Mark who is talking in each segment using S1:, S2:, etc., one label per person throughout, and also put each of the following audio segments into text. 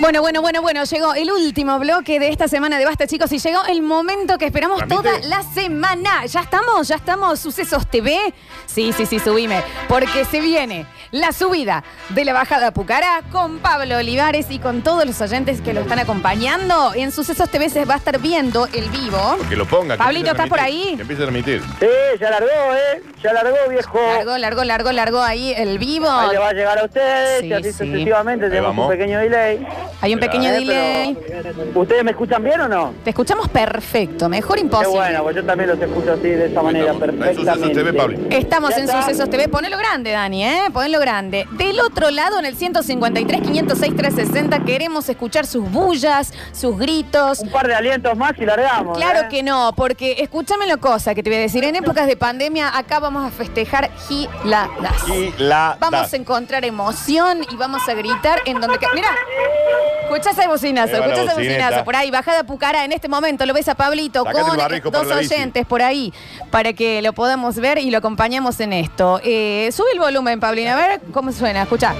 S1: Bueno, bueno, bueno, bueno, llegó el último bloque de esta semana de Basta, chicos, y llegó el momento que esperamos
S2: Ramite.
S1: toda la semana. ¿Ya estamos? ¿Ya estamos? ¿Sucesos TV? Sí, sí, sí, subime, porque se viene la subida de la bajada a Pucará con Pablo Olivares y con todos los oyentes que lo están acompañando. En Sucesos TV se va a estar viendo el vivo.
S2: Que lo ponga. que empiece
S1: Pablito,
S2: a
S1: ¿estás por
S2: remitir,
S1: ahí?
S2: Que empiece a remitir.
S3: Sí, ya largó, ¿eh? Ya largó, viejo.
S1: Largo, largo, largo, largo ahí el vivo.
S3: Ahí le va a llegar a ustedes,
S1: Sí,
S3: y
S1: sí.
S3: así sucesivamente.
S2: Ahí
S3: Tenemos
S2: vamos.
S3: un pequeño delay.
S1: Hay un pequeño
S3: Eh,
S1: delay.
S3: pero- ¿Ustedes me escuchan bien o no?
S1: Te escuchamos perfecto, mejor
S3: Qué
S1: imposible.
S3: bueno, pues yo también los escucho así, de esa manera,
S2: Ahí sucesos
S3: perfectamente.
S2: TV, Pablo.
S1: Estamos
S3: Ya
S1: en
S3: está.
S1: Sucesos TV. Ponelo grande, Dani, ¿eh? Ponelo grande. Del otro lado, en el 153, 506, 360, queremos escuchar sus bullas, sus gritos.
S3: Un par de alientos más y largamos.
S1: Claro
S3: ¿eh?
S1: que no, porque escúchame la cosa que te voy a decir. En épocas de pandemia, acá vamos a festejar giladas.
S2: Y la.
S1: Vamos a encontrar emoción y vamos a gritar en donde... ca- Mira, escucha ese bocinazo,
S2: Ahí va la
S1: escucha ese
S2: Eh, bocineta.
S1: bocinazo por ahí, bajada a Pucará en este momento, lo ves a Pablito
S2: Sacate el
S1: con
S2: barbijo por
S1: dos
S2: la bici.
S1: oyentes por ahí, para que lo podamos ver y lo acompañamos en esto. Eh, sube el volumen, Pablina, a ver cómo suena, escucha.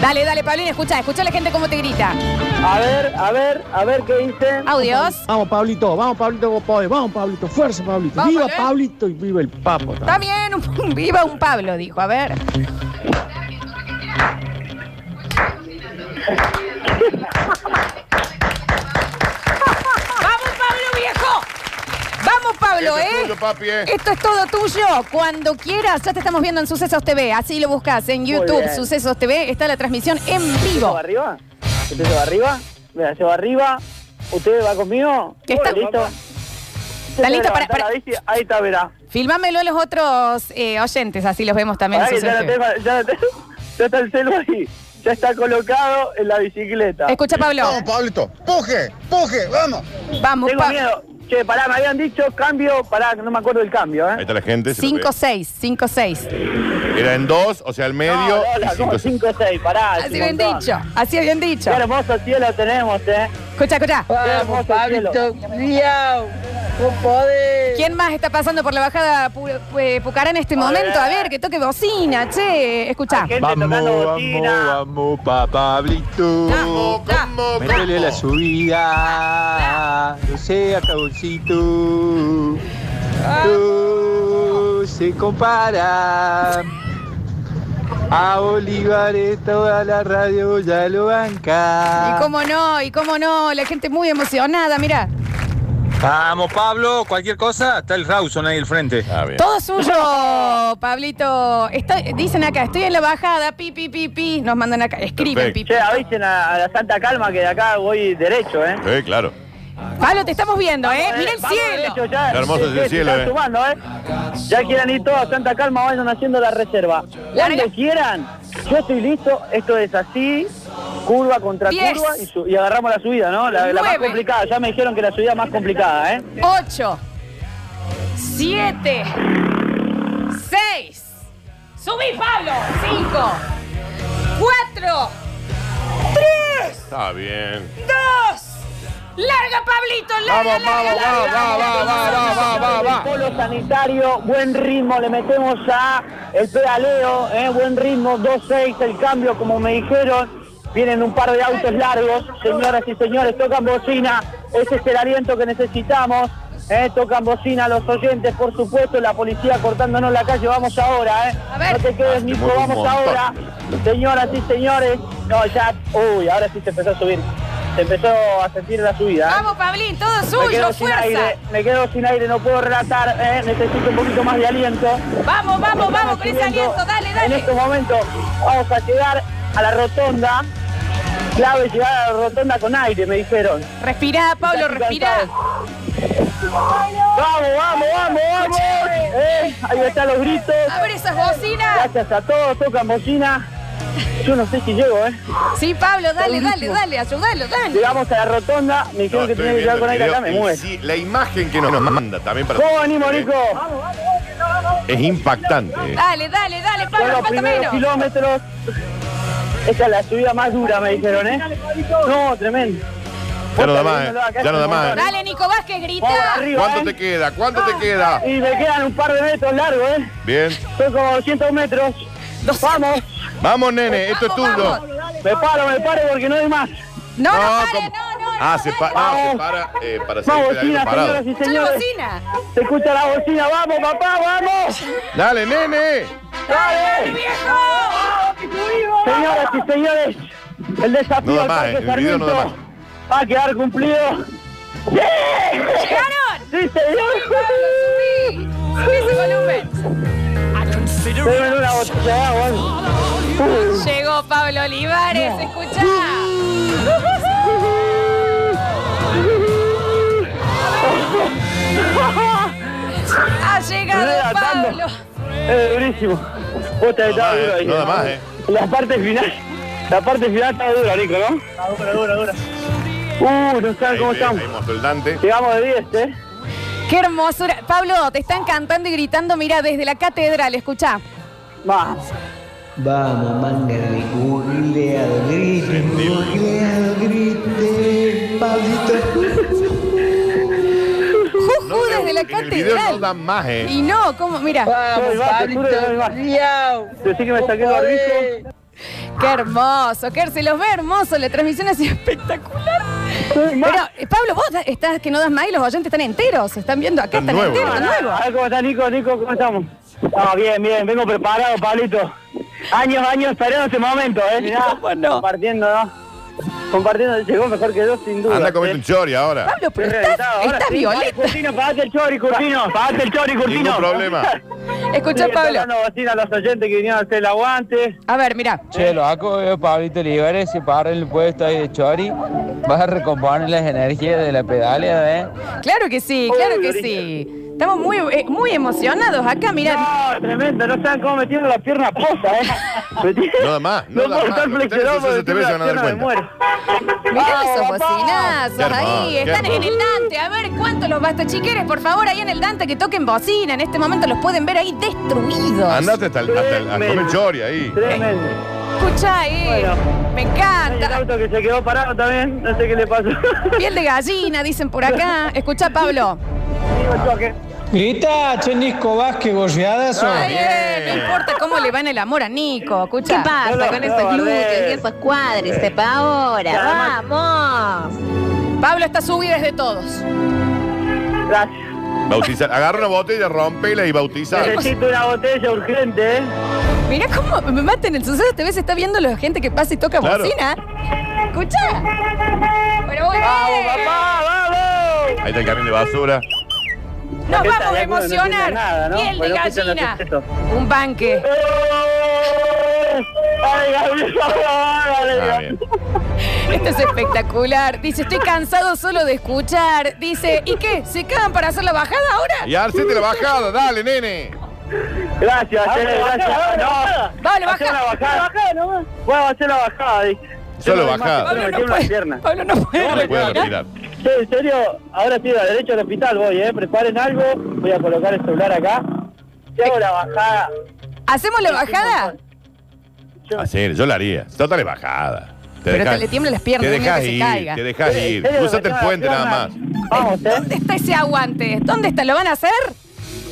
S1: Dale, dale, Pablina, escucha, escucha a la gente cómo te grita.
S3: A ver, a ver, a ver qué dicen.
S1: Ah. Audios.
S4: Vamos, Pablito, vamos, Pablito, vos podés, vamos, Pablito, fuerza, Pablito.
S1: Vamos,
S4: viva
S1: ¿eh?
S4: Pablito y viva el Papo. también.
S1: También, un- viva un Pablo, dijo, a ver. ¡Vamos, Pablo, viejo! ¡Vamos, Pablo,
S2: Eso es
S1: eh!
S2: tuyo, papi, eh.
S1: Esto es todo tuyo. Cuando quieras, ya te estamos viendo en Sucesos TV. Así lo buscas en YouTube,
S3: bien.
S1: Sucesos TV. Está la transmisión en
S3: ¿Yo
S1: vivo.
S3: arriba? ¿Usted se va arriba? Mira, yo arriba. ¿Usted va conmigo?
S1: Que está-
S3: listo?
S1: Está listo para-
S3: Levantar
S1: para-
S3: la bici, Ahí está, verá.
S1: Filmámelo a los otros eh, oyentes, así los vemos también en
S3: Pará que ya,
S1: Sucesos
S3: la
S1: TV.
S3: tengo- ya la tengo- ya está el celu ahí. Ya está colocado en la bicicleta.
S1: Escucha, Pablo.
S5: Vamos, Pablito. Puje, puje, vamos.
S1: Vamos,
S3: Tengo
S1: Pablo.
S3: miedo. Che, pará, me habían dicho cambio. Pará, no me acuerdo del cambio,
S2: Ahí
S3: ¿eh?
S2: está la gente. se lo
S1: 5-6, 5-6.
S2: ve. Era en dos, o sea, al medio.
S3: No, no,
S2: y
S3: la-
S2: cinco-
S3: como 5 o 6, pará. es
S1: Así
S3: un
S1: habían
S3: montón.
S1: Ah, dicho, así habían dicho.
S3: Qué hermoso cielo tenemos, ¿eh?
S1: Escucha, escucha.
S3: Qué hermoso cielo.
S1: ¿Quién más está pasando por la bajada Pu- eh, Pucará en este momento? A ver, que toque bocina, che. Escucha.
S3: Hay gente tocando bocina.
S6: vamos, pa Pablito.
S1: Ya, ya.
S6: Métele la subida. No sea caboncito. No se compara. A Olivares toda la radio ya lo banca.
S1: Y cómo no, y cómo no, la gente muy emocionada, mira.
S6: Vamos, Pablo, cualquier cosa, está el Rawson ahí al frente.
S2: Ah, bien.
S1: Todo suyo, Pablito. Está- dicen acá, estoy en la bajada, pi, pi, pi, pi. Nos mandan acá, escriben, pi,
S2: Perfecto.
S1: pi.
S3: Che, avisen a, a la Santa Calma que de acá voy derecho, ¿eh?
S2: Sí, claro.
S1: Pablo, te estamos viendo, ¿eh? Mira el
S3: Vamos derecho,
S1: cielo.
S3: ya,
S2: Qué hermoso es el
S3: Sí, sí, se
S2: cielo,
S3: están
S2: eh.
S3: sumando, ¿eh? Ya quieran ir todos a Santa Calma, vayan haciendo la reserva.
S1: Larga.
S3: Cuando quieran, yo estoy listo, esto es así, curva contra
S1: Diez.
S3: curva y, su- y agarramos la subida, ¿no? La, la más
S1: Nueve.
S3: complicada, ya me dijeron que la subida más complicada, ¿eh?
S1: 8, 7, 6, subí Pablo, 5, 4,
S2: Está bien.
S1: 2, larga Pablito, larga,
S2: Vamos,
S1: larga,
S2: vamos,
S1: larga,
S2: vamos, vamos,
S1: larga, larga,
S2: vamos,
S1: larga,
S2: vamos,
S1: larga.
S2: vamos. va.
S3: Polo sanitario, buen ritmo, le metemos a el pedaleo, ¿eh? buen ritmo, 2-6, el cambio, como me dijeron. Vienen un par de autos largos, señoras y señores, tocan bocina, ese es el aliento que necesitamos. ¿eh? Tocan bocina los oyentes, por supuesto, la policía cortándonos la calle, vamos ahora, ¿eh?
S1: A ver.
S3: No te
S2: Ah,
S3: quedes,
S2: se
S3: Nico,
S2: mueve un
S3: vamos
S2: montón.
S3: ahora. Señoras y señores, no, ya, uy, ahora sí se empezó a subir, se empezó a sentir la subida. ¿eh?
S1: Vamos Pablín, todo
S3: Me
S1: suyo,
S3: quedo sin
S1: fuerza.
S3: aire, me quedo sin aire, no puedo relatar, eh, necesito un poquito más de aliento.
S1: Vamos, vamos, vamos,
S3: Estamos
S1: con ese
S3: subiendo.
S1: aliento, dale,
S3: En este
S1: dale.
S3: estos momentos vamos a llegar a la rotonda. Clave es llegar a la rotonda con aire, me dijeron.
S1: Respirá, Pablo,
S3: Ya estoy
S1: respirá.
S3: cansado. Vamos, vamos, vamos, vamos. Eh, ahí están los gritos.
S1: Abre esas bocinas.
S3: Gracias a todos, tocan bocina. Yo no sé si llego, eh.
S1: Sí, Pablo, dale,
S3: Está
S1: dale,
S3: durísimo.
S1: dale, ayúdalo, dale.
S3: Llegamos a la rotonda, me dijeron
S2: No,
S3: que
S2: estoy
S3: tenía que llegar
S2: viendo
S3: con
S2: el
S3: aire acá,
S2: video
S3: me
S2: y
S3: mueve.
S2: sí, la imagen que nos manda también para.
S3: ¿Cómo venimos,
S2: Eh,
S3: Nico?
S2: es impactante.
S1: Dale, dale, dale,
S3: Son
S1: Pablo,
S3: los
S1: falta
S3: primeros
S1: menos.
S3: kilómetros. Esa es la subida más dura, me dijeron, ¿eh? No, tremendo.
S2: Ya no da más, eh. ya no da más. eh.
S1: Dale, Nico Vázquez,
S3: Vamos
S1: grita.
S3: arriba,
S2: ¿Cuánto
S3: ¿eh?
S2: te queda? ¿Cuánto te queda?
S3: Y me quedan un par de metros largos, ¿eh?
S2: Bien.
S3: Son como 200 metros. Vamos,
S2: Vamos, nene, esto es
S1: Vamos,
S2: tuyo.
S1: vamos.
S3: me paro, me paro porque no hay más.
S1: No, no, pare,
S2: ¿cómo?
S1: no, no, no.
S2: Ah, se, pa-
S1: dale.
S2: no,
S3: Vamos.
S2: se para eh, para
S3: Vamos,
S2: salir
S3: bocina,
S2: parado.
S3: señoras y
S1: Escucha la
S3: señores.
S1: bocina.
S3: Se escucha la bocina, vamos, papá, vamos.
S2: Dale, nene.
S3: Dale. Señoras y señores, el desafío
S2: No da
S3: del
S2: más,
S3: Parque
S2: eh, el video no da
S3: Sarmiento va a quedar cumplido. ¡Sí!
S1: ¡Llegaron!
S3: ¡Sí, señor!
S1: Subí ese volumen.
S3: Deben una botella de agua.
S1: Llegó Pablo Olivares, escuchá. Ha llegado
S3: Relatando.
S1: Pablo.
S3: Es Eh, durísimo. Puta,
S2: No da
S3: está
S2: más,
S3: duro
S2: eh,
S3: ahí.
S2: no da más, eh.
S3: La parte final. La parte final está dura, Nico, ¿no? Está dura, dura, dura. Uh, no saben
S2: Ahí,
S3: cómo
S2: ve,
S3: estamos.
S2: ahí mostró el Dante.
S3: Llegamos de 10, ¿eh?
S1: Qué hermosura. Pablo, te están cantando y gritando, mira, desde la catedral, escuchá.
S3: Vamos.
S7: Vamos, manga de googleado, grite, googleado, grite, Pablito.
S1: Juju, desde la
S2: en el video no
S1: catedral.
S2: dan más, eh.
S1: Y no, como, mira,
S6: Ah.
S3: Soy vato, juro que soy vato. Decí que me saqué el barbijo.
S1: qué hermoso, Ker, se los ve hermoso, la transmisión es espectacular.
S3: Soy
S1: Pero,
S3: más.
S1: eh, Pablo, vos da- estás que no das más y los oyentes están enteros, están viendo acá,
S2: Están
S1: están
S2: nuevos.
S1: enteros, nuevos.
S3: A ver cómo está Nico, Nico, ¿cómo estamos? Estamos bien, bien, vengo preparado, Pablito. Años, años esperando este momento, ¿eh? Mirá, compartiendo, ¿no? Compartiendo, llegó mejor que yo, sin duda.
S2: Anda a comer
S3: ¿eh?
S2: un chori ahora.
S1: Pablo, pero
S3: Estoy
S1: estás,
S3: reventado, ahora
S1: estás
S3: sí.
S1: violeta.
S3: Curtino, pagate el chori, Curtino. Pagate el chori, Curtino.
S2: Ningún problema.
S1: Escucha,
S3: Estoy
S1: Pablo.
S3: dando bocina a los oyentes que vinieron a hacer el aguante.
S1: A ver, mira.
S8: Che, lo hago, veo Pablito Olivares, se para el puesto ahí de Chori. Vas a recomponer las energías de la pedalea, ¿eh?
S1: Claro que sí, claro que
S3: Lorita.
S1: sí. Estamos muy, eh, muy emocionados acá, mira.
S3: No, tremendo, no saben cómo metieron la pierna posa, ¿eh?
S2: No da más, no
S3: No,
S2: da
S3: puedo
S2: más.
S3: estar
S2: Lo que tenés
S3: flexionado
S2: esos
S3: porque
S2: te ves,
S3: tengo
S2: se van a
S3: la
S2: dar
S3: pierna me
S2: cuenta.
S3: muero.
S1: Mirá
S3: Vamos,
S1: esos
S3: papá.
S2: Qué
S1: bocinazos
S2: hermoso,
S1: ahí.
S2: qué
S1: Están en
S2: hermoso.
S1: el Dante. A ver cuántos los bastachiqueres, por favor, ahí en el Dante que toquen bocina. En este momento los pueden ver ahí destruidos.
S2: Andate hasta el, hasta el- a comer chori ahí.
S3: Tremendo.
S1: Escucha ahí.
S3: Bueno.
S1: eh. Me
S3: Hay el
S1: encanta.
S3: auto que se quedó parado también, no sé qué le pasó.
S1: Piel de gallina, dicen por acá. Escucha, Pablo.
S3: Digo el choque.
S8: Grita, che, Nisco Vázquez, golleadas.
S1: Ay, eh,
S2: bien.
S1: no importa cómo le va en el amor a Nico.
S9: ¿Qué
S1: Escucha.
S9: pasa
S3: No lo-
S9: con
S3: no
S9: esos
S3: lo
S9: glúteos
S3: guardé.
S9: y esos cuadriceps pues, ahora?
S3: Ya,
S9: ¡Vamos!
S1: Pablo está subido desde todos.
S3: Gracias.
S2: Bautiza, agarra una botella, rompela y bautiza.
S3: Necesito una botella urgente, ¿eh?
S1: Mirá cómo me maten el suceso. Te ves, está viendo la gente que pasa y toca
S2: Claro.
S1: bocina. Escucha. Pero bueno, eh,
S3: ¡Vamos, papá! ¡Vamos!
S2: Ahí está el camión de basura.
S1: nos
S3: Esta
S1: vamos a
S3: de alguno no
S1: emocionar.
S3: entiende nada, ¿no?
S1: Piel de
S3: Bueno, escucha lo que
S1: gallina.
S3: es esto.
S1: Un banque.
S3: ¡Ay, Gabriel! ¡Dale,
S2: Ah,
S3: Gabriel!
S2: bien.
S1: Esto es espectacular. Dice, estoy cansado solo de escuchar. Dice, ¿y qué? ¿Se cagan para hacer la bajada ahora?
S2: Y hacete la bajada, dale, nene.
S3: Gracias, eh, gracias. No,
S1: Vale,
S3: hacer la
S1: baja.
S3: bajada. Bueno, hacer la bajada, dice.
S2: Solo
S3: Yo no
S2: bajada.
S3: doy más, pero
S1: Pablo
S3: me
S1: no
S3: tiembla la
S1: puede.
S3: pierna.
S1: Pablo no puede.
S2: No le puedes
S1: respirar.
S2: retirar.
S3: Che, en serio, ahora sí, a la derecha al hospital voy, ¿eh? Preparen algo, voy a colocar el celular acá. Te hago la bajada.
S1: ¿Hacemos la bajada?
S2: Así, Ah, yo la haría. Total es bajada. Te
S1: Pero
S2: dejás-
S1: te le tiemblan las piernas,
S2: Te
S1: no
S2: dejas
S1: que se
S2: ir,
S1: caiga.
S2: te dejas
S3: Sí,
S2: ir.
S3: Eh, en serio,
S2: Usate el
S3: me
S2: puente nada
S3: tiembla la
S2: más.
S3: pierna. Vamos,
S1: ¿Dónde
S3: ¿eh?
S1: está ese aguante? ¿Dónde está? ¿Lo van a hacer?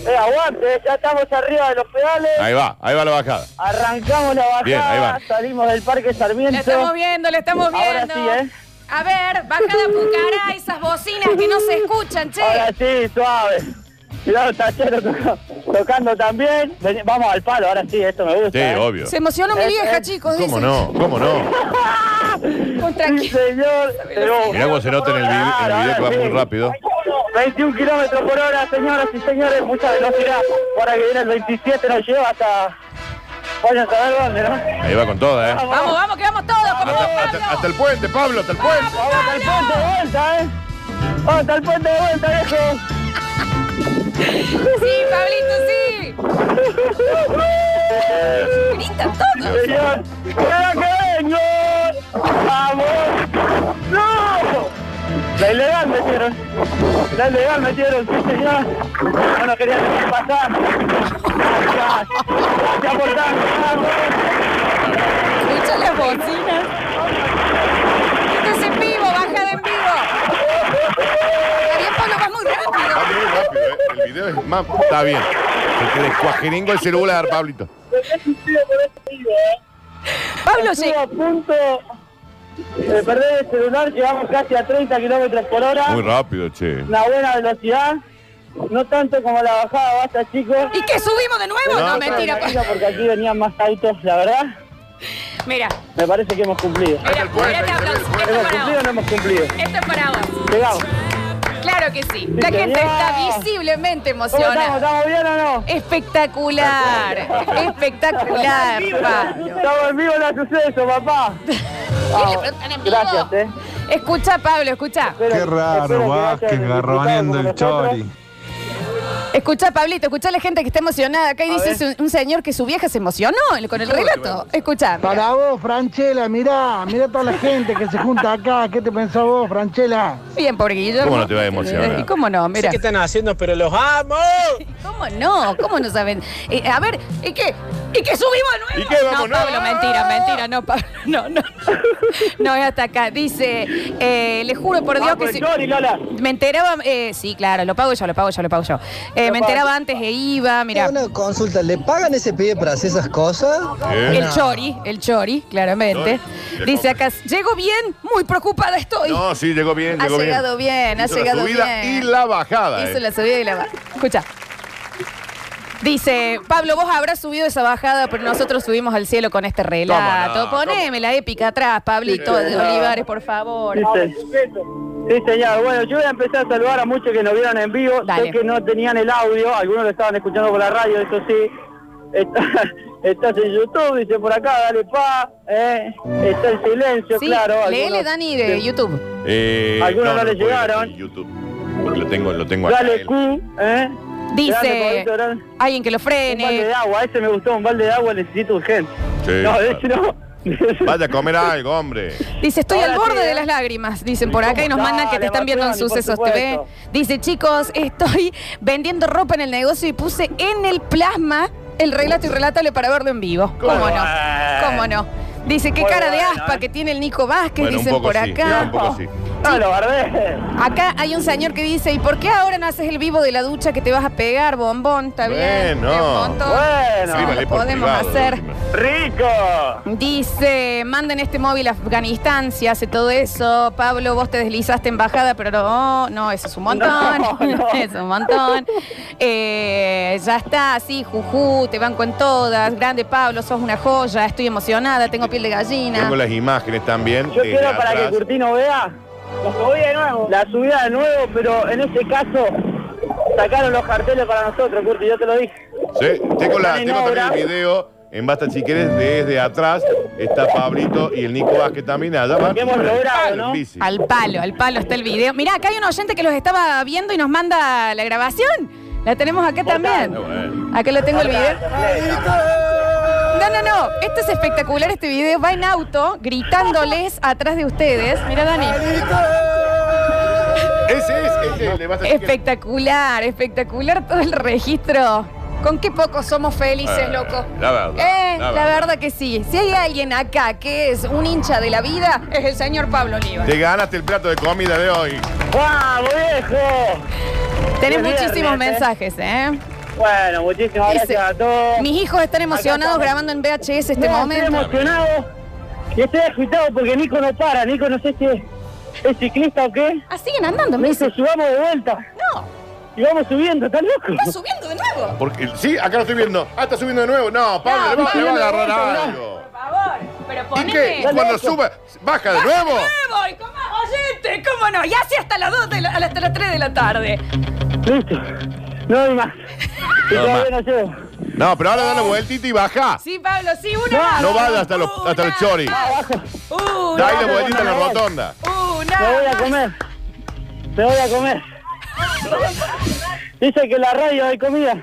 S3: Eh, Aguante, ya estamos arriba de los pedales.
S2: Ahí va, ahí va la bajada.
S3: Arrancamos la bajada,
S2: Bien, ahí va.
S3: salimos del Parque
S1: Lo
S3: Sarmiento.
S1: estamos viendo, lo estamos
S3: Ahora
S1: viendo.
S3: sí, ¿eh?
S1: A ver, bajada pucará, esas bocinas que no se escuchan, che.
S3: Ahora sí, suave. Cuidado, tachero toca- tocando también. Vení, vamos al palo, ahora sí, esto me gusta.
S2: Sí,
S3: ¿eh?
S2: obvio.
S1: Se emocionó mi
S3: Eh,
S1: vieja,
S3: eh,
S1: chicos.
S2: ¿Cómo
S1: dicen.
S2: no? ¿Cómo no?
S1: Con
S3: Sí,
S1: tranquilidad.
S3: señor. Pero-
S2: Mirá cómo se nota en el vide- en el
S3: Claro,
S2: video que va
S3: ahora
S2: muy rápido.
S3: 21 kilómetros por hora, señoras y señores, mucha velocidad. Ahora que viene el 27 nos lleva hasta... Vayan a saber dónde, ¿no?
S2: Ahí va con toda, ¿eh?
S1: Vamos, vamos, que vamos todos, como vos,
S2: Hasta,
S1: ¡Eh, Pablo.
S2: hasta- hasta el puente, Pablo, hasta el puente.
S3: Vamos hasta el puente de vuelta, ¿eh? Vamos hasta el puente de vuelta, viejo.
S1: Sí, Pablito, sí. Grita todo.
S3: Señor, ¡Mira que vengo! ¡Vamos! ¡No! La ilegal metieron. La ilegal metieron, sí señor. No nos querían dejar pasar. Gracias. Gracias por tanto.
S1: Escucha las bocinas. Esto es en vivo, bajada en vivo. Ariel Polo, vas muy rápido.
S2: Está bien, rápido, ¿eh? El video es más. Está bien. Se te descuajeringo el celular, Pablito.
S1: Pablo,
S3: Estuve a punto de perder el celular, llevamos casi a 30 kilómetros por hora.
S2: Muy rápido, che.
S3: Una buena velocidad. No tanto como la bajada, basta, chicos.
S1: ¿Y qué subimos de nuevo? No,
S2: No,
S1: mentira. pues.
S3: Tranquilo, Porque aquí venían más autos, la verdad.
S1: Mira,
S3: Me parece que hemos cumplido.
S1: mira, mira este aplauso. Esto es para
S3: ¿Hemos cumplido o
S1: vos.
S3: no hemos cumplido?
S1: Esto es para vos.
S3: Llegamos.
S1: Claro que sí. La gente está visiblemente
S3: ¿Cómo estamos?
S1: emocionada.
S3: ¿Estamos bien o no?
S1: Espectacular, espectacular, Pablo.
S3: Estamos en vivo en la suceso, papá.
S1: ¿Qué le preguntan en vivo?
S3: Gracias, eh.
S1: Escucha, Pablo, escucha.
S3: Espero-
S10: Qué
S3: espero
S10: raro,
S3: que
S10: Vázquez
S3: hayan
S10: garroneando el
S3: disfrutado como
S10: chori.
S1: Escucha, Pablito, escucha a la gente que está emocionada. Acá dice
S3: ver.
S1: su- un señor que su vieja se emocionó con el relato. Escucha.
S4: Para vos, Franchela, mirá, mirá toda la gente que se junta acá. ¿Qué te pensás vos, Franchela?
S1: Bien, por Guillermo.
S2: ¿Cómo no te va a emocionar?
S1: ¿Y cómo no? Mira.
S8: están haciendo, pero los amo.
S1: ¿Cómo no? ¿Cómo no saben? Eh, a ver, ¿y qué? ¿Y qué subimos de nuevo?
S2: ¿Y qué? Vamos, Ah.
S1: no, Pablo,
S2: no.
S1: mentira, mentira, no, Pablo, no, no. No es hasta acá. Dice, eh, le juro por Dios
S3: Vamos
S1: que
S3: el
S1: si-
S3: chori, Lola.
S1: Me enteraba, eh, sí, claro, lo pago yo, lo pago yo, lo pago yo. Eh, me enteraba antes e iba, mira.
S7: Una consulta, ¿le pagan ese pibe para hacer esas cosas?
S2: ¿Eh?
S1: El chori, el chori, claramente.
S2: Chori, le
S1: Dice
S2: compro.
S1: acá, llego bien, muy preocupada estoy.
S2: No, sí, llegó bien,
S1: ha
S2: llegó bien.
S1: llegado bien, ha
S2: Hizo la
S1: llegado
S2: subida
S1: bien.
S2: y la bajada.
S1: Hizo
S2: eh.
S1: la subida y la bajada. Escucha. Dice, Pablo, vos habrás subido esa bajada, pero nosotros subimos al cielo con este relato.
S2: no,
S1: Poneme la épica atrás, Pablito de Olivares, por favor.
S3: Sí, se- sí, señor. Bueno, yo voy a empezar a saludar a muchos que nos vieron en vivo.
S1: Dale.
S3: Sé que no tenían el audio, algunos lo estaban escuchando por la radio, eso sí. Está- estás en YouTube, dice por acá, dale pa. ¿eh? Está el silencio,
S1: Sí,
S3: claro.
S1: leele
S3: algunos-
S1: Dani de
S3: sí.
S1: YouTube.
S2: Eh,
S3: Algunos
S2: lo
S3: no le
S2: puedo ver
S3: llegaron.
S2: en YouTube. Porque lo tengo, lo tengo acá.
S3: Dale
S2: él.
S3: Q, ¿eh? Grande,
S1: Dice,
S3: Pablito, grande.
S1: alguien que lo
S3: Un balde
S1: frene.
S3: de agua, ese me gustó, un balde de agua necesito urgente.
S2: Sí,
S3: no, de
S2: claro.
S3: hecho no.
S2: Vaya a comer algo, hombre.
S1: Dice, estoy
S3: Ahora
S1: al borde
S3: sí,
S1: de
S3: ¿eh?
S1: las lágrimas, dicen por acá y nos
S3: Dale,
S1: mandan que te están viendo en
S3: Matrioni, por
S1: Sucesos TV.
S3: supuesto.
S1: Dice, chicos, estoy vendiendo ropa en el negocio y puse en el plasma el relato irrelatable para verlo en vivo. ¿Cómo, no? ¿Cómo no? Dice, qué
S3: Muy
S1: cara de
S3: bueno,
S1: aspa
S3: ¿eh?
S1: que tiene el Nico Vázquez,
S2: Bueno, un
S1: dicen
S2: poco
S1: por
S2: sí,
S1: acá.
S2: un poco sí.
S3: No, lo guardé.
S1: Acá hay un señor que dice, ¿y por qué ahora no haces el vivo de la ducha que te vas a pegar, bombón? Está bien.
S2: Bueno.
S1: es un montón.
S3: Bueno.
S1: Sí,
S2: Escríbale
S1: lo
S2: por
S1: podemos
S2: privado, de
S1: hacer.
S2: última.
S3: ¡Rico!
S1: Dice, manden este móvil a Afganistán si hace todo eso. Pablo, vos te deslizaste en bajada, pero no, no, eso es un montón.
S3: No, no.
S1: es un montón. Eh, ya está, sí, juju, te banco en todas. Grande Pablo, sos una joya, estoy emocionada, tengo piel de gallina.
S2: Tengo las imágenes también.
S3: Yo
S2: desde
S3: quiero para
S2: atrás.
S3: que Curtino vea. La subida de nuevo. La subida de nuevo, pero en este caso sacaron los carteles para nosotros, Curti, yo te lo dije.
S2: Sí, tengo, la,
S3: Están en
S2: tengo también
S3: obra.
S2: el video en Basta Chiqueres desde atrás. Está Pablito y el Nico Vázquez también allá. van.
S3: Lo que hemos logrado, ¿no?
S2: En bici.
S1: Al palo, al palo está el video. Mirá, acá hay un oyente que los estaba viendo y nos manda la grabación. La tenemos acá también.
S2: Ah, bueno.
S1: Acá lo tengo el video.
S2: eh.
S1: No, no, no. Esto es espectacular, este video. Va en auto, gritándoles atrás de ustedes. Mira, Dani.
S2: Ese es, ese es el de Basta Chiqueres.
S1: Espectacular, espectacular todo el registro. Con qué poco somos felices,
S2: Eh,
S1: loco.
S2: la verdad,
S1: Eh,
S2: la
S1: la,
S2: verdad.
S1: verdad que sí. Si hay alguien acá que es un hincha de la vida, es el señor Pablo Oliva.
S2: Te ganaste el plato de comida de hoy.
S3: ¡Vamos, viejo!
S1: Tenés
S3: Qué viernes,
S1: muchísimos
S3: eh.
S1: mensajes, ¿eh?
S3: Bueno, muchísimas
S1: Dice,
S3: gracias a todos.
S1: Mis hijos están emocionados
S3: estamos.
S1: grabando en VHS este
S3: No, Estoy
S1: momento.
S3: emocionado y estoy agitado porque Nico no para. Nico no sé si es, es ciclista o qué.
S1: Ah, siguen andando,
S3: Me
S1: me
S3: dice,
S1: dice.
S3: subamos de vuelta
S1: No,
S3: y vamos subiendo, ¿estás loco?
S1: está subiendo de nuevo.
S2: Porque, sí, acá lo estoy viendo. Ah, está subiendo de nuevo. No, Pablo, le, va,
S1: No,
S2: le va a
S1: Pablo,
S2: agarrar
S3: no,
S2: algo.
S1: Por favor, pero
S2: ¿Y qué?
S1: poneme.
S2: Cuando suba, baja de nuevo.
S1: nuevo! ¿Y cómo? Oyente, ¿cómo no? Y así hasta las 2 de la, hasta las 3 de la tarde.
S3: Listo. No hay más. Y
S2: No
S3: todavía no
S2: más.
S3: llego.
S2: No, pero ahora da la vueltita y baja.
S1: Sí, Pablo, sí, una más.
S2: No vaya hasta los- hasta los
S1: Una
S2: choris.
S1: más. Una
S2: Dale la vueltita en la
S3: no, no.
S2: rotonda.
S1: Una
S3: Me voy a
S1: más.
S3: comer. Me voy a comer. Dice que en la radio hay comida.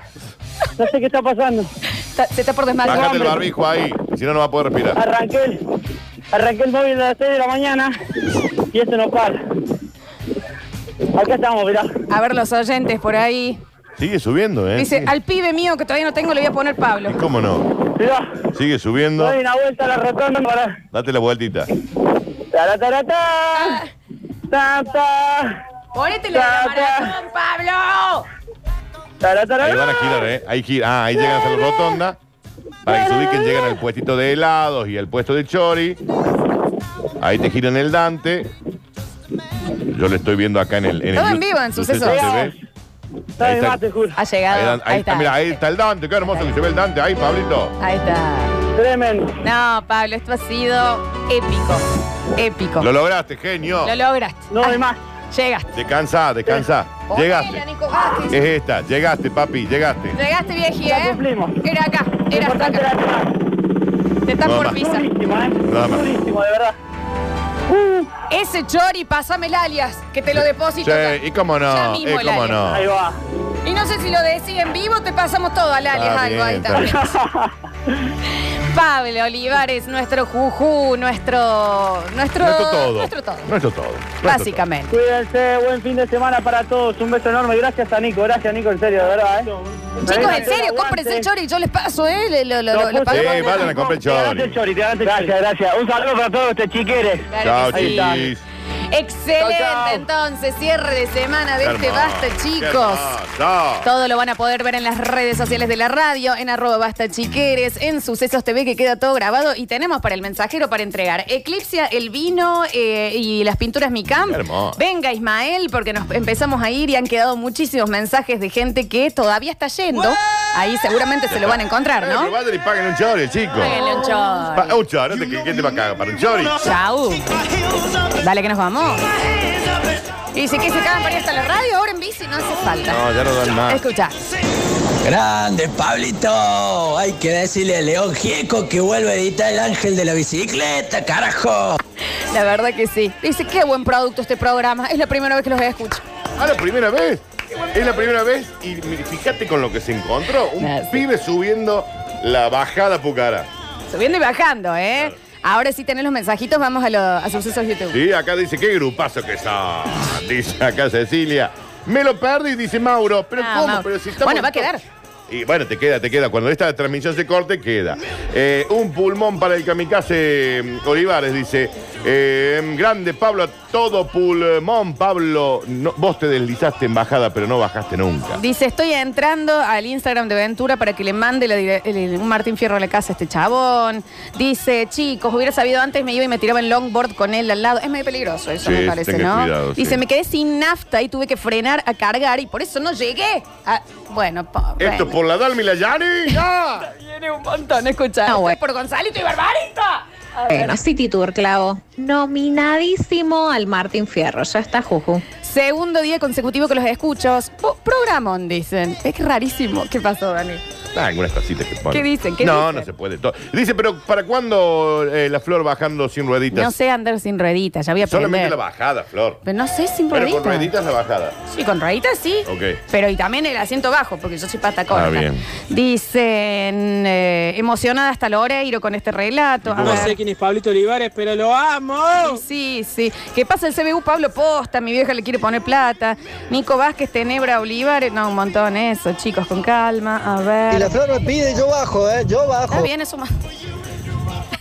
S3: No sé qué está pasando.
S1: Está- se está por desmayar.
S2: Bájate el barbijo ahí, si no, no va a poder respirar.
S3: Arranqué el, arranqué el móvil a las 6 de la mañana y eso no para. Acá estamos, mirá.
S1: A ver los oyentes por ahí.
S2: Sigue subiendo, ¿eh?
S1: Dice, al pibe mío que todavía no tengo le voy a poner Pablo.
S2: ¿Cómo no? Sigue subiendo.
S3: Doy una vuelta a la rotonda para...
S2: Date la vueltita.
S3: Taratarata. Ta, ta.
S1: Ponétele Ah, la maratón, Pablo.
S3: Taratarata.
S2: Ahí van a girar, ¿eh? Ahí gira. Ah, ahí llegan a la rotonda. Para que se ubiquen, llegan al puestito de helados y al puesto de chori. Ahí te giran el Dante. Yo lo estoy viendo acá en el. el
S1: Todo en
S2: Yu-
S1: vivo en Sucesos.
S2: TV.
S3: Está
S2: Ahí
S3: de
S2: está.
S3: mate, Jul.
S1: Ha
S2: Ahí,
S1: llegado.
S2: dan- ahí está, mira, ahí está el Dante. Qué hermoso que se ve el Dante. Ahí, Pablito.
S1: Ahí está.
S3: Tremendo.
S1: No, Pablo, esto ha sido épico. Épico.
S2: Lo lograste, genio.
S1: Lo lograste.
S3: No hay más.
S1: Llegaste.
S2: Descansa, descansa.
S1: Ponela,
S2: Llegaste. Eh.
S1: Nico Vázquez.
S2: Es esta. Llegaste, papi. Llegaste.
S1: Llegaste, vieji,
S3: Ya
S1: ¿eh?
S3: cumplimos.
S1: Era acá, era hasta
S3: Importante la
S1: acá.
S3: acá.
S1: Te están
S2: No,
S1: por
S2: va.
S1: pisar.
S3: Durísimo, ¿eh?
S2: Nada más.
S3: Durísimo, de verdad.
S1: Ese chori, pásame el alias, que te lo deposito. acá.
S2: Sí, y cómo
S1: Ya
S2: no.
S1: mismo
S2: Y
S1: el
S2: cómo
S1: alias.
S2: no.
S3: Ahí va.
S1: Y no sé si lo decís en vivo, te pasamos todo al alias,
S2: Está
S1: algo ahí
S2: Ah, bien,
S1: también.
S2: está
S1: Pablo Olivares, nuestro juju, nuestro. Nuestro,
S2: Nuestro todo.
S1: Nuestro todo.
S2: Nuestro todo. Nuestro todo.
S1: Básicamente.
S3: Cuídense, buen fin de semana para todos. Un beso enorme. Gracias a Nico, gracias Nico, en serio, de verdad, ¿eh?
S1: Chicos, en
S3: Aguante.
S1: serio, cómprense el chori, yo les paso, ¿eh? Le- Lo, lo- lo- lo
S3: Lo
S1: pagamos.
S2: Sí,
S3: puse-
S2: vayan a comprar
S3: Te ganaste
S2: chori.
S3: el chori, te ganaste el chori. Gracias, gracias. Un saludo para todos ustedes chiqueres.
S2: Chao,
S1: Claro que sí.
S2: chis.
S1: Excelente,
S3: Chau, chau.
S1: entonces, cierre de semana de este
S2: Hermoso,
S1: basta,
S2: qué
S1: chicos.
S2: hermoso.
S1: Todo lo van a poder ver en las redes sociales de la radio, en arroba basta chiqueres, en Sucesos TV, que queda todo grabado. Y tenemos para el mensajero para entregar Eclipsia, el vino eh, y las pinturas Micam.
S2: Qué hermoso.
S1: Venga, Ismael, porque nos empezamos a ir y han quedado muchísimos mensajes de gente que todavía está yendo. Ahí seguramente se lo van a encontrar,
S2: Eh,
S1: ¿no?
S2: pero vayan y paguen un chori, chicos.
S1: Páguenle un chori.
S2: Pa- Un chori, ¿de qué- ¿qué te va a cagar? Para un chori.
S1: Chau. Dale que nos vamos. Y dice que se acaban para ir hasta la radio, ahora en bici no hace falta.
S2: No, ya no dan más.
S1: Escucha.
S7: Grande, Pablito. Hay que decirle a León Gieco que vuelve a editar el ángel de la bicicleta, carajo.
S1: La verdad que sí. Dice, qué buen producto este programa. Es la primera vez que los escucho.
S2: Ah, la primera vez. Es la primera vez y mi- fíjate con lo que se encontró. Un
S1: Ah, sí.
S2: pibe subiendo la bajada Pucara.
S1: Subiendo y bajando, ¿eh? Ahora sí tenés los mensajitos, vamos a, lo- a sucesos YouTube.
S2: Sí, acá dice, qué grupazo que son. Dice acá Cecilia. Me lo perdí, dice Mauro. Pero
S1: Ah,
S2: ¿cómo?
S1: Mauro.
S2: Pero si estamos
S1: Bueno, va a
S2: to-
S1: quedar.
S2: Y bueno, te queda, te queda. Cuando esta transmisión se corte, queda. Eh, un pulmón para el kamikaze mm, Olivares, dice. eh, grande Pablo, a todo pulmón. Pablo, no- vos te deslizaste en bajada, pero no bajaste nunca.
S1: Dice, estoy entrando al Instagram de Ventura para que le mande la dire- el- un Martín Fierro a la casa a este chabón. Dice, chicos, hubiera sabido antes, me iba y me tiraba en longboard con él al lado. Es medio peligroso eso,
S2: Sí,
S1: me parece,
S2: tengan
S1: ¿no?
S2: cuidado, sí.
S1: Dice, me quedé sin nafta y tuve que frenar a cargar y por eso no llegué. a-". Bueno, pobre.
S2: Esto por la Ah, Dalmi y la Yani. ¡Ya!
S1: Tiene un montón, escuchá. No, güey. Por Gonzalito y Barbarita. A ver.
S9: Bueno, City Tour, clavo. Nominadísimo al Martín Fierro. Ya está Juju.
S1: Segundo día consecutivo que los escucho. Po- Programón, dicen. Es rarísimo. ¿Qué pasó, Dani?
S2: Ah, algunas cositas que ponen.
S1: ¿Qué dicen? ¿Qué
S2: no,
S1: dicen?
S2: no se puede. todo. Dice, pero ¿para cuándo eh, la flor bajando sin rueditas?
S1: No sé andar sin rueditas, ya voy a aprender.
S2: Solamente la bajada, flor.
S1: Pero no sé sin
S2: Pero
S1: rueditas.
S2: con rueditas la bajada.
S1: Sí, con rueditas sí.
S2: Ok.
S1: Pero y también el asiento bajo, porque yo soy pata corta.
S2: Ah, bien.
S1: Dicen, eh, emocionada hasta el Oreiro con este relato. A
S2: No
S1: ver.
S10: quién es Pablito Olivares, pero lo amo.
S1: Sí, sí. ¿Qué pasa el CBU Pablo Posta? Mi vieja le quiere poner plata. Nico Vázquez, Tenebra, Olivares. No, un montón eso, chicos, con calma. A
S7: Y la
S1: ver.
S7: flor me pide, yo bajo, ¿eh? Yo
S1: Está
S7: bajo.
S1: bien, eso más.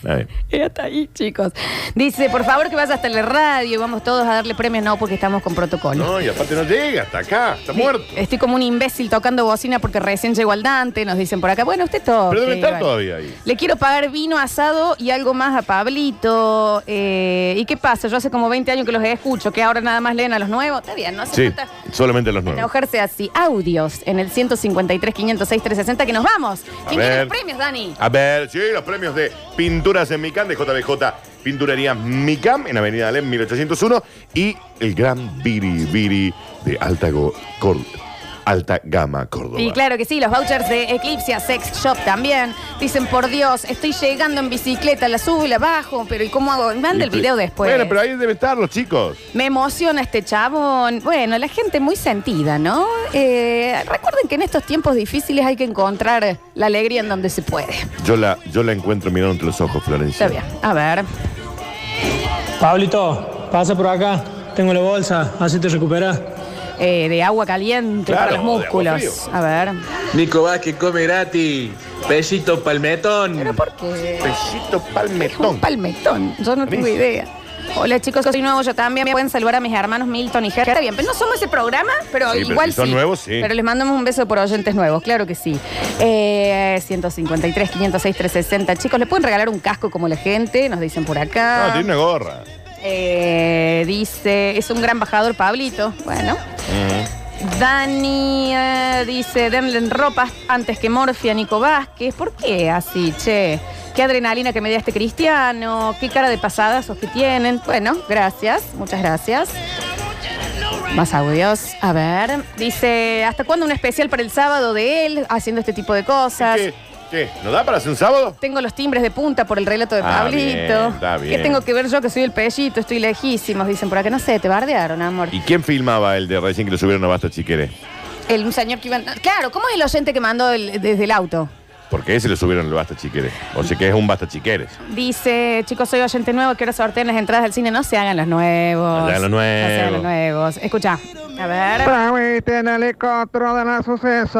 S2: Ahí.
S1: Era hasta ahí, chicos. Dice, por favor que vaya hasta la radio. Vamos todos a darle premios. No, porque estamos con protocolo.
S2: No, y aparte no llega, hasta acá, está muerto.
S1: Estoy como un imbécil tocando bocina porque recién llegó al Dante. Nos dicen por acá, bueno, usted todo.
S2: Pero debe estar todavía ahí.
S1: Le quiero pagar vino asado y algo más a Pablito. Eh, ¿Y qué pasa? Yo hace como 20 años que los escucho, que ahora nada más leen a los nuevos. Está bien, no hace
S2: Sí,
S1: falta
S2: solamente los nuevos.
S1: enojarse así. Audios en el 153, 506, 360, que nos vamos. ¿Quién tiene
S2: ver.
S1: los premios, Dani?
S2: A ver, sí, los premios de Pinturas en Micam de JBJ Pinturería Micam en Avenida Alem 1801 y el gran Biri Biri de Alta, Go- Cor- Alta Gama Córdoba.
S1: Y claro que sí, los vouchers de Eclipse Sex Shop también. Dicen, por Dios, estoy llegando en bicicleta, la subo y la bajo, pero ¿y cómo hago? Manda el
S2: Y-
S1: video después.
S2: Bueno, pero ahí deben estar los chicos.
S1: Me emociona este chabón. Bueno, la gente muy sentida, ¿no? Eh, recuerden que en estos tiempos difíciles hay que encontrar la alegría en donde se puede.
S2: Yo la, yo la encuentro mirando los ojos, Florencia.
S1: Está bien. A ver.
S10: Pablito, pasa por acá. Tengo la bolsa, así te recuperas.
S1: eh, de agua caliente
S11: Claro,
S1: para los
S11: de agua
S1: músculos.
S11: fría.
S1: A ver.
S11: Nico Vázquez come gratis. Pesito palmetón. ¿Pero
S1: por qué?
S2: Pesito palmetón.
S1: Palmetón. Yo no tengo idea. Hola chicos, soy nuevo, yo también. Pueden saludar a mis hermanos Milton y Gerda. Está bien, pero no somos ese programa, pero
S2: Sí, pero
S1: igual
S2: si son
S1: sí.
S2: nuevos, sí.
S1: Pero les mandamos un beso por oyentes nuevos, claro que sí. Eh, 153, 506, 360. Chicos, ¿le pueden regalar un casco como la gente? Nos dicen por acá.
S2: No, tiene una gorra.
S1: Eh, dice, es un gran bajador, Pablito. Bueno. Dani eh, dice, denle en ropas antes que Morfi a Nico Vázquez. ¿Por qué así, che? Qué adrenalina que me dio este cristiano, qué cara de pasadas que tienen. Bueno, gracias, muchas gracias. Más audios, a ver. Dice, ¿hasta cuándo un especial para el sábado de él haciendo este tipo de cosas?
S2: ¿Qué? ¿No da para hacer un sábado?
S1: Tengo los timbres de punta por el relato de
S2: Ah,
S1: Pablito.
S2: bien, está bien.
S1: ¿Qué tengo que ver yo que soy el pellito? Estoy lejísimos, dicen por acá. No sé, te bardearon, amor.
S2: ¿Y quién filmaba el de recién que lo subieron a Basta Chiquere?
S1: El señor que iba. Claro, ¿cómo es el oyente que mandó el- desde el auto?
S2: Porque ese lo subieron al Basta Chiquere. O sea que es un Basta Chiqueres.
S1: Dice, chicos, soy oyente nuevo, quiero sortear las entradas del cine. No se hagan los nuevos.
S2: No se hagan los
S1: No se hagan los nuevos. Escucha. A ver.
S12: Traviste en helicóptero de la suceso.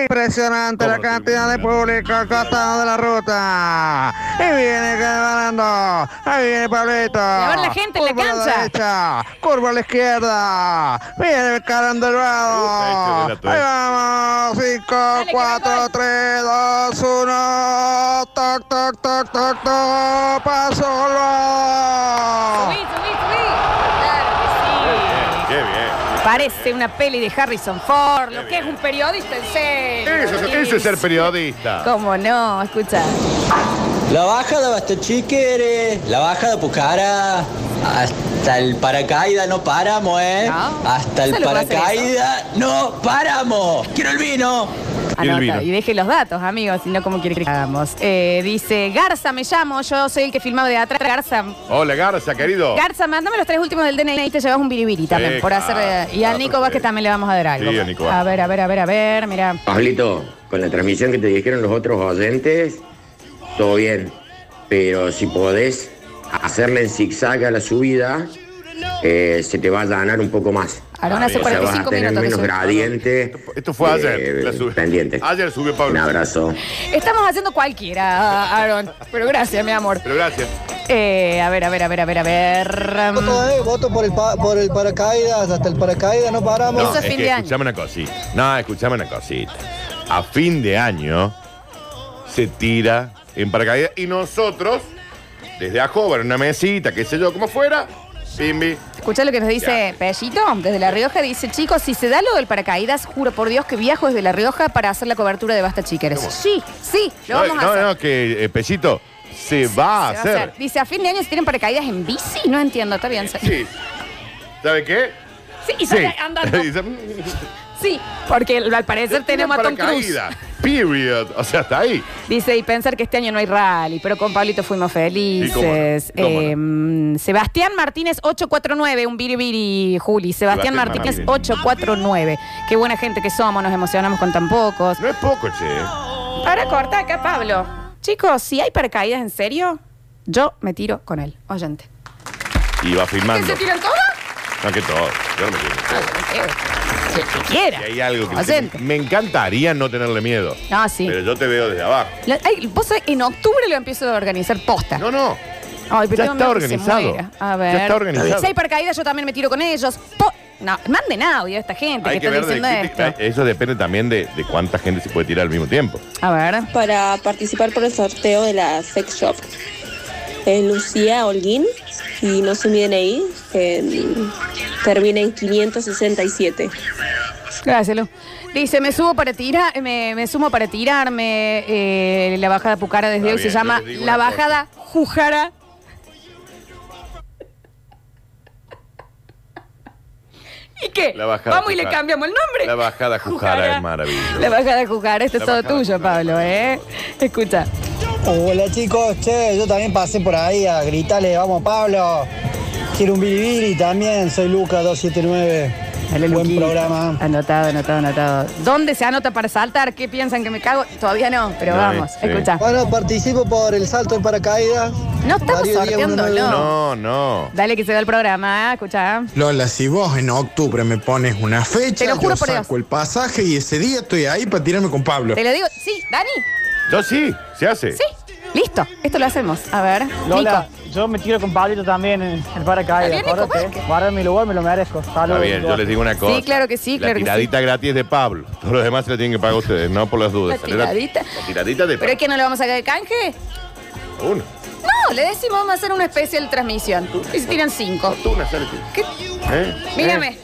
S12: Impresionante la cantidad de público al costado de la ruta. Y viene ganando. Ah, Ahí viene Pablito.
S1: a ver la gente en la
S12: Curva a
S1: cancha.
S12: derecha, curva a la izquierda. Viene el carón del lado. Ahí vamos. 5, 4, 3, 2, 1. Toc, toc, toc, toc, toc. Paso al lado.
S1: Oh.
S2: Qué bien.
S1: Parece una peli de Harrison Ford, lo que es un periodista en serio.
S2: Eso, eso es ser periodista.
S1: ¿Cómo no? Escucha.
S7: La baja de Bastachiquere, la baja de Pucara, hasta el paracaídas no paramos, ¿eh? hasta el
S1: solo puedo hacer
S7: paracaídas no paramos. Quiero el vino.
S1: Anota, y deje los datos, amigos, si no, ¿cómo quiere que hagamos? Eh, dice, Garza, me llamo, yo soy el que filmaba de atrás. Garza,
S2: Hola, Garza, querido.
S1: Garza, mándame los tres últimos del DNI y te llevas un biribiri también.
S2: Sí,
S1: por hacer,
S2: claro,
S1: y a Nico Vázquez también le vamos a dar algo.
S13: Sí, a Nico Vázquez.
S1: a ver, a ver, a ver, a ver, mira.
S13: Pablito, con la transmisión que te dijeron los otros oyentes, todo bien. Pero si podés hacerle en zigzag a la subida, eh, se te va a allanar un poco más.
S1: Ahora hace
S13: O sea, vas a
S1: 45
S13: tener
S1: minutos que
S13: menos
S1: sube.
S13: gradiente. Esto
S2: fue
S13: ayer. Eh, pendiente.
S2: Ayer subió Pablo.
S13: Un abrazo.
S1: Estamos haciendo cualquiera, Aaron. Pero gracias, mi amor.
S2: Pero gracias.
S1: Eh, a ver, a ver, a ver, a ver, a ver.
S14: Voto, eh, voto por el, pa- por el paracaídas, hasta el paracaídas no paramos.
S2: No, es que escuchame una cosita. No, escuchame una cosita. A fin de año se tira en paracaídas y nosotros, desde a joven, una mesita, qué sé yo, como fuera, Pimbi.
S1: Escucha lo que nos dice Pellito desde La Rioja. Dice, chicos, si se da lo del paracaídas, juro por Dios que viajo desde La Rioja para hacer la cobertura de Basta Chiqueres. Sí, sí, lo
S2: No,
S1: vamos a
S2: no,
S1: hacer.
S2: no, que eh, Pellito se va a
S1: Se va
S2: hacer.
S1: Dice, a fin de año se tienen paracaídas en bici. No entiendo, está bien.
S2: Sí. ¿Sabe qué?
S1: Sí, y sale andando.
S2: Dice,
S1: Sí, porque al parecer tenemos a Tom Cruise.
S2: paracaídas. Period. O sea, hasta ahí.
S1: Dice, y pensar que este año no hay rally, pero con Pablito fuimos
S2: Y cómo
S1: felices.
S2: no, cómo
S1: Eh, Sebastián Martínez 849, un biribiri, Juli.
S2: Sebastián
S1: Sebastián, Martínez
S2: Martínez.
S1: 849. Qué buena gente que somos, nos emocionamos con tan pocos.
S2: No es poco, che.
S1: Ahora corta acá, Pablo. Chicos, si hay paracaídas en serio, yo me tiro con él. Oyente.
S2: Y va
S1: ¿Que
S2: filmando.
S1: se tiran todos?
S2: No, que todo. Yo no me quiero.
S1: Si el que quiera.
S2: Si hay algo que
S1: Oyente.
S2: me encantaría no tenerle miedo.
S1: No, sí.
S2: Pero yo te veo desde abajo.
S1: Lo- ay, vos sabés, en octubre lo empiezo a organizar posta. No,
S2: no.
S1: Ay,
S2: Ya
S1: pero tengo
S2: está
S1: miedo que se
S2: organizado.
S1: muera. A ver.
S2: Ya está organizado.
S1: Si hay paracaídas, yo también me tiro con ellos. Po- no, manden audio a esta gente
S2: Hay
S1: que,
S2: que
S1: está
S2: ver de
S1: diciendo
S2: qué
S1: esto.
S2: te- Eso depende también de, de cuánta gente se puede tirar al mismo tiempo.
S1: A ver.
S15: Para participar por el sorteo de la sex shop. Es Lucía Holguín y no se miden ahí. termina en 567.
S1: Gracias, Lu. Dice, me subo para tirar, me, me sumo para tirarme. eh, la bajada Pucara desde
S16: Está
S1: hoy
S16: bien,
S1: se
S16: yo
S1: llama
S16: les digo
S1: La
S16: una cosa.
S1: Bajada Jujara. ¿Y qué?
S2: La bajada
S1: Vamos y le
S2: Jujara.
S1: cambiamos el nombre.
S2: La bajada Jujara
S1: Jujara.
S2: es maravillosa.
S1: La bajada Jujara, este
S2: La
S1: es todo
S2: bajada
S1: tuyo, Pablo, ¿eh? Escucha.
S14: Hola chicos, che, yo también pasé por ahí a gritarle, vamos Pablo. Quiero un biribiri también, soy Luca 279.
S1: Dale,
S14: Buen
S1: Luqui.
S14: programa.
S1: Anotado, anotado, anotado. ¿Dónde se anota para saltar? ¿Qué piensan que me cago? Todavía no, pero
S2: No,
S1: vamos,
S2: sí.
S1: escucha.
S14: Bueno, participo por el salto en paracaídas.
S1: No estamos sorteándolo.
S2: No, no.
S1: Dale que se da el programa, ¿eh? escucha.
S16: Lola, si vos en octubre me pones una fecha,
S1: Te lo juro
S16: yo
S1: por
S16: saco el pasaje y ese día estoy ahí para tirarme con Pablo.
S1: Te lo digo, sí, Dani,
S2: Yo sí, se hace.
S1: sí. Listo, esto lo hacemos. A ver,
S3: Lola, yo me tiro con Pablito también en el paracaídas,
S1: Está bien, Nico,
S3: acuérdate. Guarda mi lugar, me lo merezco.
S2: Está
S3: Saludos.
S2: bien, yo les digo una cosa.
S1: Sí, claro que sí,
S2: La
S1: claro que sí.
S2: tiradita gratis de Pablo. Todos los demás se la tienen que pagar ustedes, no por las dudas.
S1: La tiradita.
S2: La tiradita de
S1: ¿Pero es
S2: Pablo.
S1: que no le vamos a sacar el canje?
S2: Uno.
S1: No, le decimos vamos a hacer una especial transmisión. Y se tiran cinco.
S2: Una, sale.
S1: ¿Qué?
S2: ¿Eh?
S1: Mírame,
S2: ¿Eh?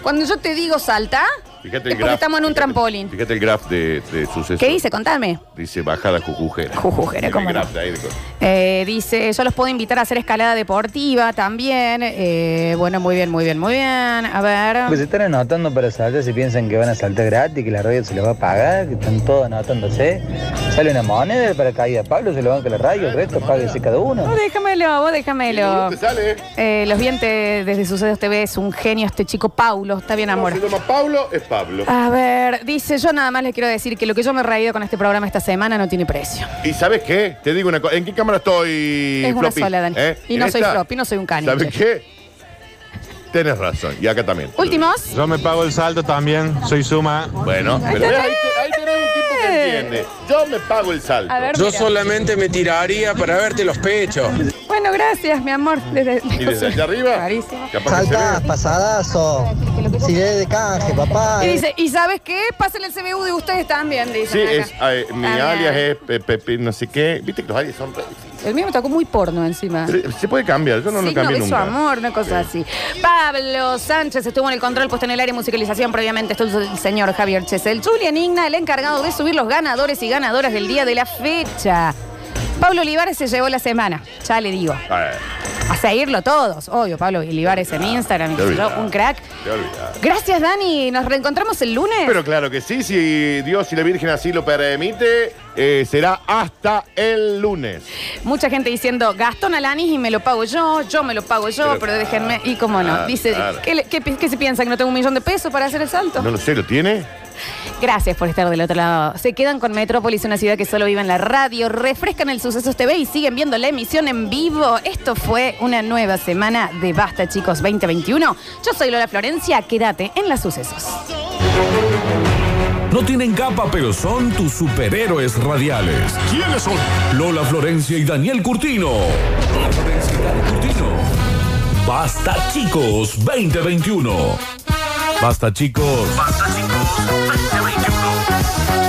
S1: cuando yo te digo salta,
S2: Fíjate
S1: es
S2: el
S1: porque
S2: graf.
S1: estamos en un
S2: fíjate-
S1: trampolín.
S2: Fíjate el graf de, de suceso.
S1: ¿Qué dice? Contame.
S2: Dice bajada jujujera.
S1: Jujujera,
S2: Tiene
S1: ¿cómo
S2: el
S1: no?
S2: graf de ahí de cosas.
S1: Eh, dice, yo los puedo invitar a hacer escalada deportiva también. Eh, bueno, muy bien, muy bien, muy bien. A
S17: Pues se
S1: ver.
S17: están anotando para saltar, se piensan que van a saltar gratis, que la radio se los va a pagar, que están todos anotándose. Sale una moneda para caída Pablo, se lo banca la radio, el resto páguese cada uno.
S1: Vos déjamelo, vos déjamelo.
S17: Sí, no te
S1: Eh, los vientes desde Sucesos TV es un genio este chico Paulo, está bien amor.
S2: Se llama Pablo, es Pablo.
S1: A ver, dice, yo nada más les quiero decir que lo que yo me he reído con este programa esta semana no tiene precio.
S2: ¿Y sabes qué? Te digo una cosa. ¿En qué cámara estoy,
S1: es una
S2: Floppy?
S1: sola, Dani.
S2: ¿Eh?
S1: Y
S2: ¿En
S1: no soy
S2: esta?
S1: flop, y no soy un caniche.
S2: ¿Sabes qué? Tienes razón. Y acá también.
S1: Últimos.
S11: Yo me pago el salto también, soy suma.
S2: Bueno, pero
S11: está.
S2: ahí, te- ahí tenés un tipo que entiende. Yo me pago el salto.
S1: A ver,
S11: Yo
S1: mira.
S11: solamente me tiraría para verte los pechos.
S1: Bueno, gracias, mi amor. Desde,
S2: ¿Y desde allá arriba?
S1: Clarísimo.
S2: Capaz que se
S14: Salta,
S2: ve.
S14: pasadazo. Si es de canje, papá.
S1: Y dice, ¿y sabes qué? Pásenle el CBU de ustedes también, dicen
S2: Sí,
S1: acá.
S2: es, eh, mi
S1: Ah, bien.
S2: alias es Pepe, no sé qué. Viste que los alias son... re-
S1: El mío me tocó muy porno encima.
S2: Pero Se puede cambiar, yo no lo
S1: Signo
S2: cambié
S1: de su
S2: nunca.
S1: amor, una cosa así. Pablo Sánchez estuvo en el control puesto en el área de musicalización previamente. Estuvo el señor Javier Chesel. Julian Igna, el encargado de subir los ganadores y ganadoras del día de la fecha. Pablo Olivares se llevó la semana, ya le digo.
S2: Eh,
S1: A seguirlo todos, obvio, Pablo Olivares en Instagram,
S2: te olvidás.
S1: un crack.
S2: te olvidás.
S1: Gracias, Dani. Nos reencontramos el lunes.
S2: Pero claro que sí, si Dios y la Virgen así lo permite, eh, será hasta el lunes.
S1: Mucha gente diciendo, Gastón Alanis y me lo pago yo, yo me lo pago yo,
S2: Pero
S1: pero, déjenme. Y cómo no.
S2: claro,
S1: Dice,
S2: claro.
S1: ¿qué, le- qué pi- qué se piensa? ¿Que no tengo un millón de pesos para hacer el salto?
S2: No lo sé, ¿lo tiene?
S1: Gracias por estar del otro lado. Se quedan con Metrópolis, una ciudad que solo vive en la radio. Refrescan el Sucesos TV y siguen viendo la emisión en vivo. Esto fue una nueva semana de Basta, chicos, 2021. Yo soy Lola Florencia. Quédate en las Sucesos.
S18: No tienen capa, pero son tus superhéroes radiales. ¿Quiénes son? Lola Florencia y Daniel Curtino. Lola Florencia y Daniel Curtino. Basta chicos 2021. Basta chicos. Basta chicos 2021.